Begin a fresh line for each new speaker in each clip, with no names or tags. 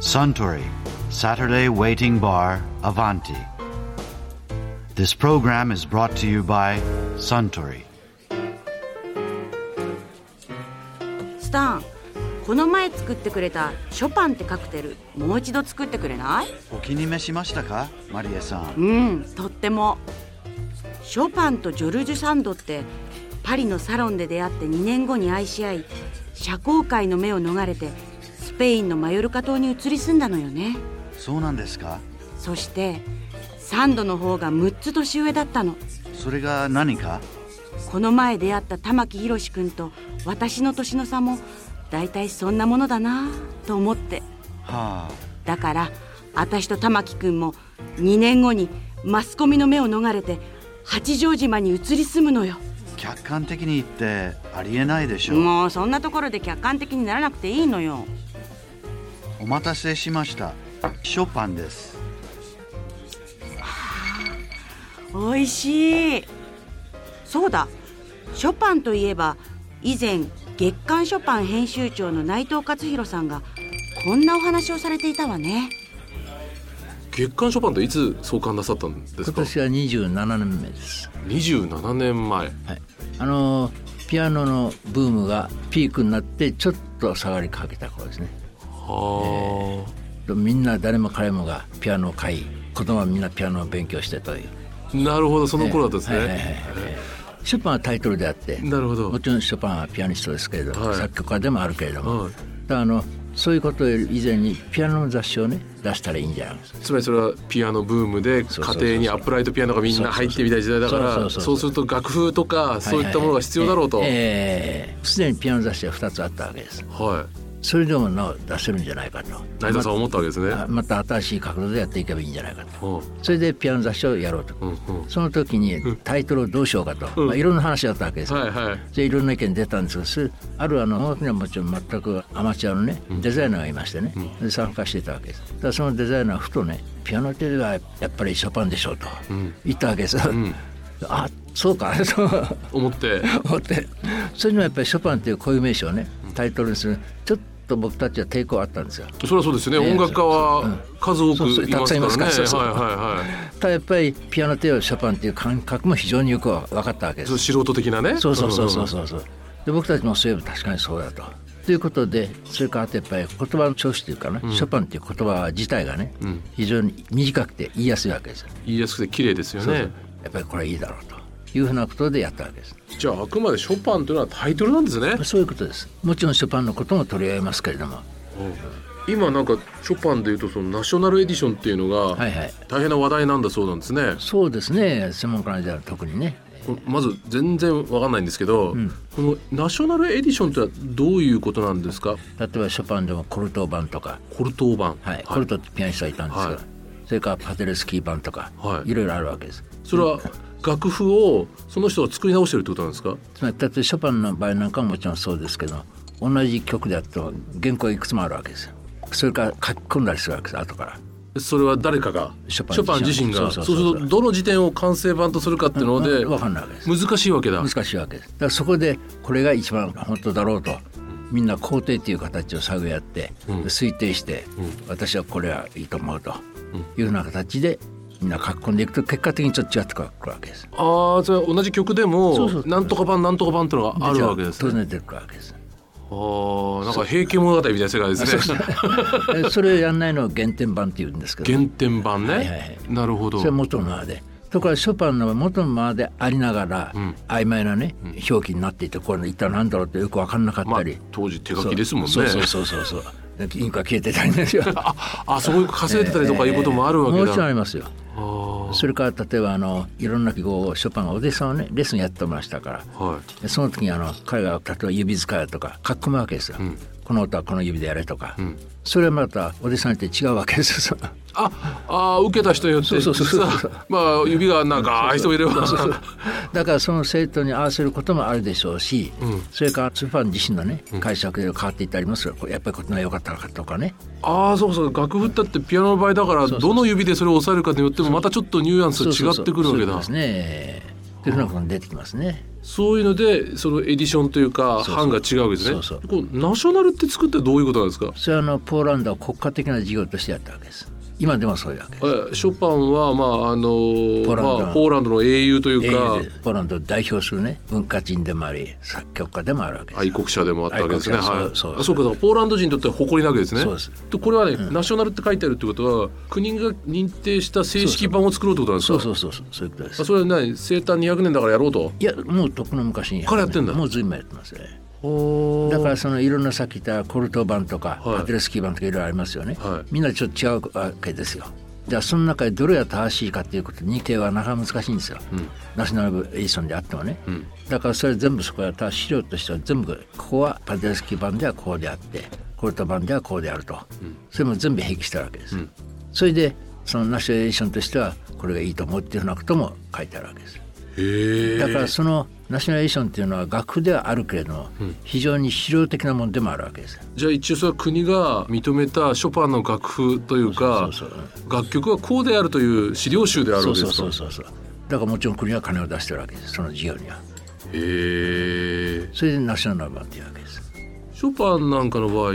Suntory Saturday Waiting Bar Avanti. This program is brought to you by Suntory.
スタンこの前作ってくれたショパンってカクテルもう一度作ってくれない
お気に召しましたかマリエさん
うんとってもショパンとジョルジュ・サンドってパリのサロンで出会って2年後に愛し合い社交界の目を逃れてスペインのマヨルカ島に移り住んだのよね
そうなんですか
そしてサンドの方が6つ年上だったの
それが何か
この前出会った玉木宏君と私の年の差もだいたいそんなものだなぁと思って
はあ
だから私と玉木くんも2年後にマスコミの目を逃れて八丈島に移り住むのよ
客観的に言ってありえないでしょう、
もうそんなところで客観的にならなくていいのよ
お待たせしましたショパンです
美味しいそうだショパンといえば以前月刊ショパン編集長の内藤勝弘さんがこんなお話をされていたわね
月刊ショパンっていつ創刊なさったんです
今
か
年は27年目です、
27年前
はい、あのピアノのブームがピークになってちょっと下がりかけた頃ですね
は
みんな誰も彼もがピアノを買い子供はみんなピアノを勉強してという
あなるほどその頃だったんですね、
はいはいはいショパンはタイトルであって
なるほど
もちろんショパンはピアニストですけれど、
はい
作曲家でもあるけれども、
はい
だからあのそういうことより以前にピアノの雑誌をね出したらいいんじゃないですか
つまりそれはピアノブームで
そう
家
そう
庭にアップライトピアノがみんな入ってみたい時代だか
そうそ
ら
うそう
そうすると楽譜とかそういったものが必要だろうと
は
はい
はい
い
ええすでにピアノ雑誌は2つあったわけですそれでもなお出せるんじゃないかと
成田さんは思ったわけですね
あまた新しい角度でやっていけばいいんじゃないかと
うん
それでピアノ雑誌をやろうと、
うんうん
その時にタイトルをどうしようかと、まあ、いろんな話だったわけです、
はいはい
でいろんな意見出たんですけどそれあるあの音楽にはもちろん全くアマチュアのねデザイナーがいましてね、で参加していたわけですただそのデザイナーはふとねピアノ手ではやっぱりショパンでしょうと言ったわけです、あそうかと
思 って
思ってそれにもやっぱりショパンという固有名詞をねタイトルにするちょっと僕たちは抵抗あったんですよ
それはそうですよね
ええ
音楽家は数多
そうそう
くいますからね
たくさんいますからそうそう
はいはいはい
ただやっぱりピアノ手をショパンという感覚も非常によく分かったわけです
そう素人的なね
そうそうそうそうそうそうで僕たちもそういえば確かにそうだと。ということでそれからあとやっぱり言葉の調子というかね、ショパンっていう言葉自体がね、非常に短くて言いやすいわけですよ、
言いやすくて綺麗ですよ
そうそう
ね
やっぱりこれはいいだろうというふうなことでやったわけです
じゃああくまでショパンというのはタイトルなんですね
そういうことですもちろんショパンのことも取り上げますけれども
今なんかショパンでいうとそのナショナルエディションっていうのが
はいはい
大変な話題なんだそうなんですね、
そうですね専門家の間では特にね
これまず全然わかんないんですけど、このナショナルエディションってのはどういうことなんですか
例えばショパンでもコルトー版とか、
コルトー版、
はいコルトってピアニストがいたんですけど、
はい
それからパテレスキー版とか、
はい
いろいろあるわけです
それは楽譜をその人が作り直してるってことなんですか
つまり例えばショパンの場合なんかももちろんそうですけど同じ曲であっても原稿いくつもあるわけですよそれから書き込んだりするわけです後から
それは誰かが
シ
シ
ョパン
ョパン自身がそう
そ
う
そ
す
うそうそう
るとどの時点を完成版とするかっていうので
わかんないわけです
難しいわけだ
難しいわけですだからそこでこれが一番本当だろうとみんな肯定という形を探り合って、推定して、私はこれはいいと思うというふうな形でみんな書き込んでいくと結果的にちょっと違ってくるわけです。
ああそれは同じ曲で
そ
も
うそう
なんとか版なんとか版っていうのがあるわけです
当
ね
然出てくるわけです。
あーなんか平家物語みたいな世界ですね
え それをやんないのを原点版って言うんですけど
原点版ね、
はいはいはい
なるほど
それは元のままでところがショパンの元のままでありながら、曖昧なね表記になっていてこれ一体何だろうってよく分かんなかっ
まあ
たり、
当時手書きですもんね
そうそうそうそうそうなんかインクが消えてたりね
ああそういう稼いでたりとかいうこともあるわけだ、
もちろんありますよそれから例えばあのいろんな記号をショパンがお弟子さんをねレッスンやってましたから、
はい
でその時にあの彼が例えば指使いとか書き込むわけですよ、この音はこの指でやれとか、それはまたお弟子さんによって違うわけですよ
ああ受けた人によって
そうそうそうそう
実はまあ指がなんかあい人もいれば
だからその生徒に合わせることもあるでしょうし、それからツーファン自身のね解釈で変わっていったりもするやっぱりこっちの方が良かったのかとかね
ああそうそう楽譜だってピアノの場合だからどの指でそれを押さえるかによってもまたちょっとニュアンス
そうそう
が違
そう
ってくるわけ
そう
だ
ですねっていうふうなことが出てきますね。
そういうのでそのエディションというか
そう
版が違うわけですね
そうそう
こうナショナルって作ってどういうことなんですか
それはあのポーランドは国家的な事業としてやったわけです。今でもそういうわけです。
えショパンは、まああの
ポーランド
まあ、ポーランドの英雄というか
英雄でポーランドを代表するね文化人でもあり作曲家でもあるわけです。
愛国者でもあったわけですね。
愛国者
はい、
そうそう
あそうかだからポーランド人にとっては誇りなわけですね。
そうです
とこれはね、ナショナルって書いてあるってことは国が認定した正式版を作ろうってことなんですか
そうそうそうそうそういうことです
あ。それは何生誕200年だからやろうと。
いやもうとっくの昔に
からやってんだ
もうずいぶんやってますね。だからそのいろんなさっき言ったコルト版とか、
はい
アデレスキー版とかいろいろありますよね、
はい
みんなちょっと違うわけですよじゃあその中でどれが正しいかっていうこと認定はなかなか難しいんですよ、ナショナルエディションであってもね、だからそれ全部そこはた資料としては全部ここはパデレスキー版ではこうであってコルト版ではこうであると、それも全部併記したわけです、それでそのナショナルエディションとしてはこれがいいと思うっていうようなことも書いてあるわけです
へえ。
だからそのナショナルエディションっていうのは楽譜ではあるけれども、非常に資料的なものでもあるわけです。
じゃあ一応それは国が認めたショパンの楽譜というか
そうそう
楽曲はこうであるという資料集である
そ
わ
う
けです
そう
か。
そうそうそう。だからもちろん国は金を出してるわけです。その事業には。
へえ。
それでナショナル版っていうわけです。
ショパンなんかの場合、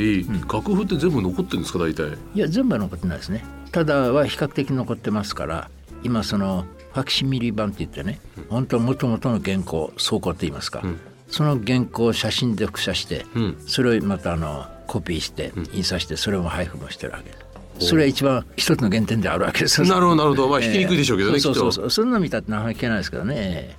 楽譜って全部残ってるんですか大体。
いや全部は残ってないですね。ただは比較的残ってますから、今そのファキシミリ版って言ってね、本当は元々の原稿草稿と言いますか、その原稿を写真で複写して、
ん
それをまたあのコピーして印刷してそれも配布もしてるわけです。それは一番一つの原点であるわけです。
なるほどなるほどまあ引きにくいでしょうけどね、
えーそうそう
き
そ
っ
うそうそんなの見たってなかなかいけないですからね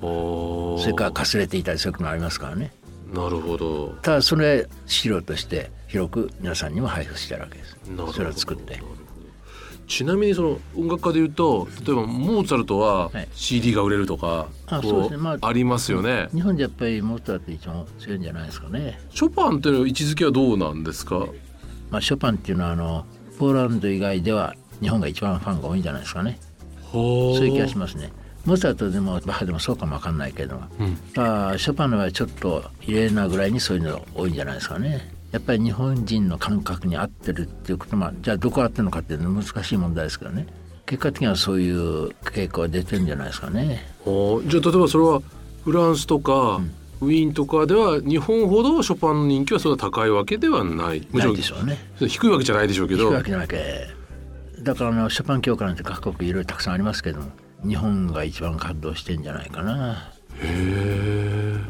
と。おー
それからかすれていたりそういうこともありますからね
なるほど。
ただそれ資料として広く皆さんにも配布してあるわけです
なるほど
それを作って
ちなみにその音楽家で言うと例えばモーツァルトは
はい
CD が売れるとか、
あ
こ
そうですねまあ
ありますよね、
日本じゃやっぱりモーツァルト一番強いんじゃないですかね、
ショパンというのは位置づけはどうなんですか
まあ、ショパンっていうのはあのポーランド以外では日本が一番ファンが多いんじゃないですかね
そ
そういう気がしますねモーツァルトでもバッハでもそうかもわかんないけれども、まあショパンの場合はちょっと異例なぐらいにそういうのが多いんじゃないですかねやっぱり日本人の感覚に合ってるっていうこともじゃあどこ合ってるのかっていうのは難しい問題ですけどね結果的にはそういう傾向が出てるんじゃないですかね
じゃあ例えばそれはフランスとか、ウィーンとかでは日本ほどショパンの人気はそんな高いわけではないもち
な
ろ
い
ん
でしょうね
低いわけじゃないでしょうけ
聞
ど
くわけなわけだからあのショパン教会なんて各国いろいろたくさんありますけども日本が一番活動してんじゃないかな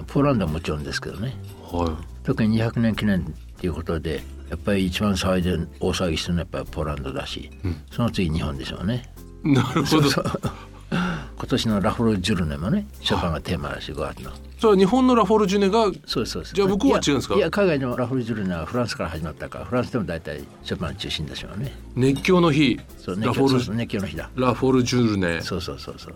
ポーランドはもちろんですけどね
は
特に200年記念っていうことでやっぱり一番騒いで大騒ぎしてるのはやっぱりポーランドだし、その次日本でしょうね
い、なるほどそ
今年のラフォルジュルネもねショパンがテーマらしい5月の
れは日本のラフォルジュネが
そうですそうです
じゃあ向こうは違うんですか
いやいや海外のラフォルジュルネはフランスから始まったからフランスでも大体ショパン中心でしょうね
熱狂の日
そうね
ラフォル
そうそう熱狂の日だ
ラフォルジュルネ
そうそうそうそう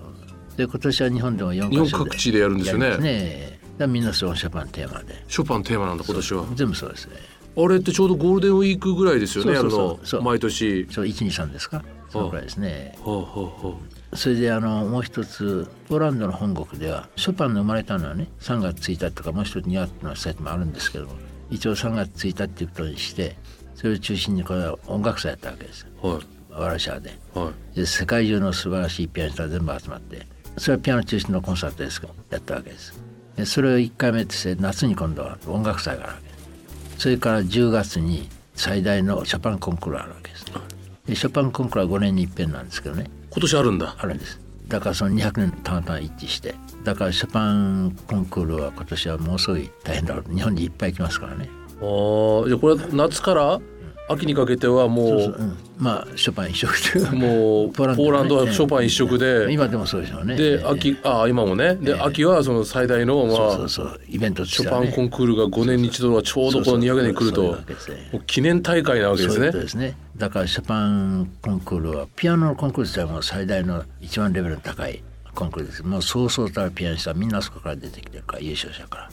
で今年は日本でも4
日本
か所
各地でやるんですよね
やりますねだからみんなそのショパンテーマで
ショパンテーマなんだ今年は
全部そうですね
あれってちょうどゴールデンウィークぐらいですよね
そ
や
うそ
る
うそう
の
そう
毎年
そう123ですかそのくらいですね
はあはあは
それであのもう一つポーランドの本国ではショパンの生まれたのはね3月1日とかもう一つ2月の説もあるんですけども一応3月1日っていうことにしてそれを中心にこれは音楽祭やったわけです
あはい
ワルシャワで
はい
で世界中の素晴らしいピアニストが全部集まってそれはピアノ中心のコンサートですけどやったわけですでそれを1回目として夏に今度は音楽祭があるわけですそれから10月に最大のショパンコンクールがあるわけですでショパンコンクールは5年に一遍なんですけどね
今年あるんだ
あるんですだからその200年たまたま一致してだからショパンコンクールは今年はもうすごい大変だろう日本にいっぱい来ますからね
あーじゃあこれは夏から秋にかけてはもう
うんまあショパン一色という
もうポ
ね
ーランドはショパン一色で
今でもそうでしょうね
で秋あ今もねで秋はその最大のま
そう
あ
そうそうイベントとし
シ
て
ョ
は
パ
ね
ンコンクールが5年に一度はちょうどこの200年に来る
そう
と
そうそういうわけですね
もう記念大会なわけで
そう
す
いう
ね
ことですねだからショパンコンクールはピアノのコンクール自体はもう最大の一番レベルの高いコンクールですもうそうそうたるピアニストはみんなそこから出てきてるから優勝者から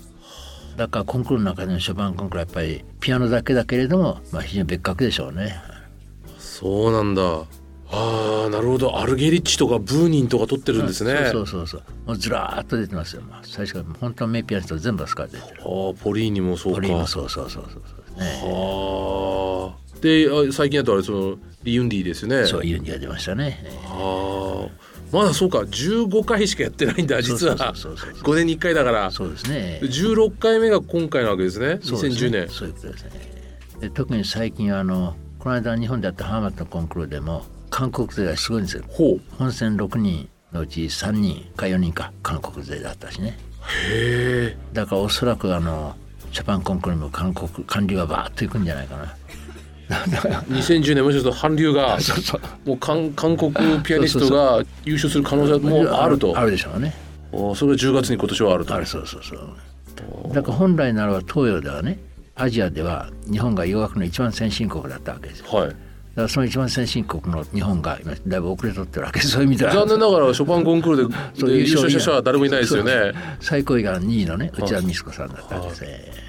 だからコンクールの中でのショパンコンクールはやっぱりピアノだけだけれども、まあ、非常に別格でしょうね
そうなんだああなるほどアルゲリッチとかブーニンとか取ってるんですね
そうそうそうそうもうずらーっと出てますよ、まあ、最初から本当の名ピアニスト全部あそこから出てる
ああポリーニもそうか
ポリーもそうそうそうそうそうですね
ああであ最近だとあれそのリユンディですよね
そういうにが出ましたね
ああまだそうか15回しかやってないんだ実は
そうそうそうそう
5年に1回だから
そうですね
16回目が今回なわけですね
そうです
2010年
そういうことですねで特に最近はあのこの間日本であったハーマットのコンクールでも韓国勢がすごいんですよ
ほう
本戦6人のうち3人か4人か韓国勢だったしね
へえ
だからおそらくあのショパンコンクールにも韓国韓流はバーッといくんじゃないかな
2010年もしかすると韓流がもう韓韓国ピアニストが優勝する可能性もあると
あるでしょうね
おそれが10月に今年はあると
あるそうそうそうだから本来ならば東洋ではねアジアでは日本が洋楽の一番先進国だったわけですよ
はい
だからその一番先進国の日本が今だいぶ遅れとってるわけですそういう意味では
残念ながらショパンコンクールで
そう
で優勝した人は誰もいないですよ
そう
ね
そう最高位が2位のね内田美津子さんだったわけですね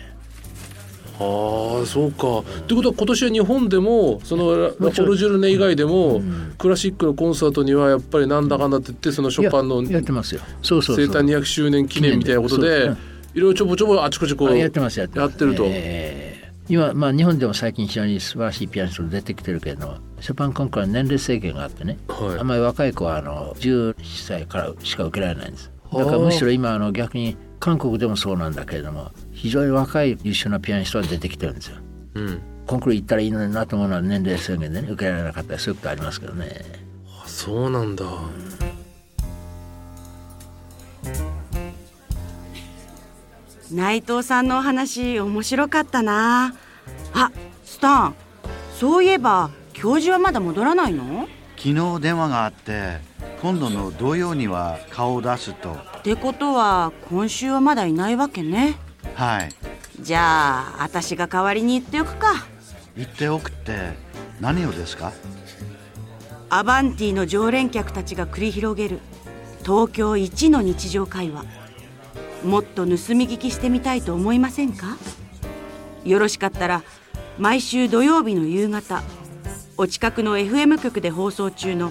ああそうか。ということは今年は日本でもそのララポルジュルネ以外でもクラシックのコンサートにはやっぱりなんだかんだって言ってそのショパンの
いややってますよそうそうそ
生
う
誕200周年記念みたいなこと
そう
で
うん
いろいろちょぼちょぼあちこちこ
あ
う
やってますやってます
やってると
ええ今まあ日本でも最近非常に素晴らしいピアニスト出てきてるけれどもショパンコンクールは年齢制限があってね、
はい
あんまり若い子はあの17歳からしか受けられないんですだからむしろ今あの逆に韓国でもそうなんだけれども非常に若い優秀なピアニストが出てきてるんですよ
うん
コンクール行ったらいいのになと思うのは年齢制限でね受けられなかったりそういうことありますけどね
あそうなんだ。
内藤さんのお話面白かったなあスタンそういえば教授はまだ戻らないの
昨日電話があって今度の土曜には顔を出すと
ってことは今週はまだいないわけね
はい
じゃあ私が代わりに言っておくか
言っておくって何をですか
アバンティの常連客たちが繰り広げる東京一の日常会話もっと盗み聞きしてみたいと思いませんかよろしかったら毎週土曜日の夕方お近くの FM 局で放送中の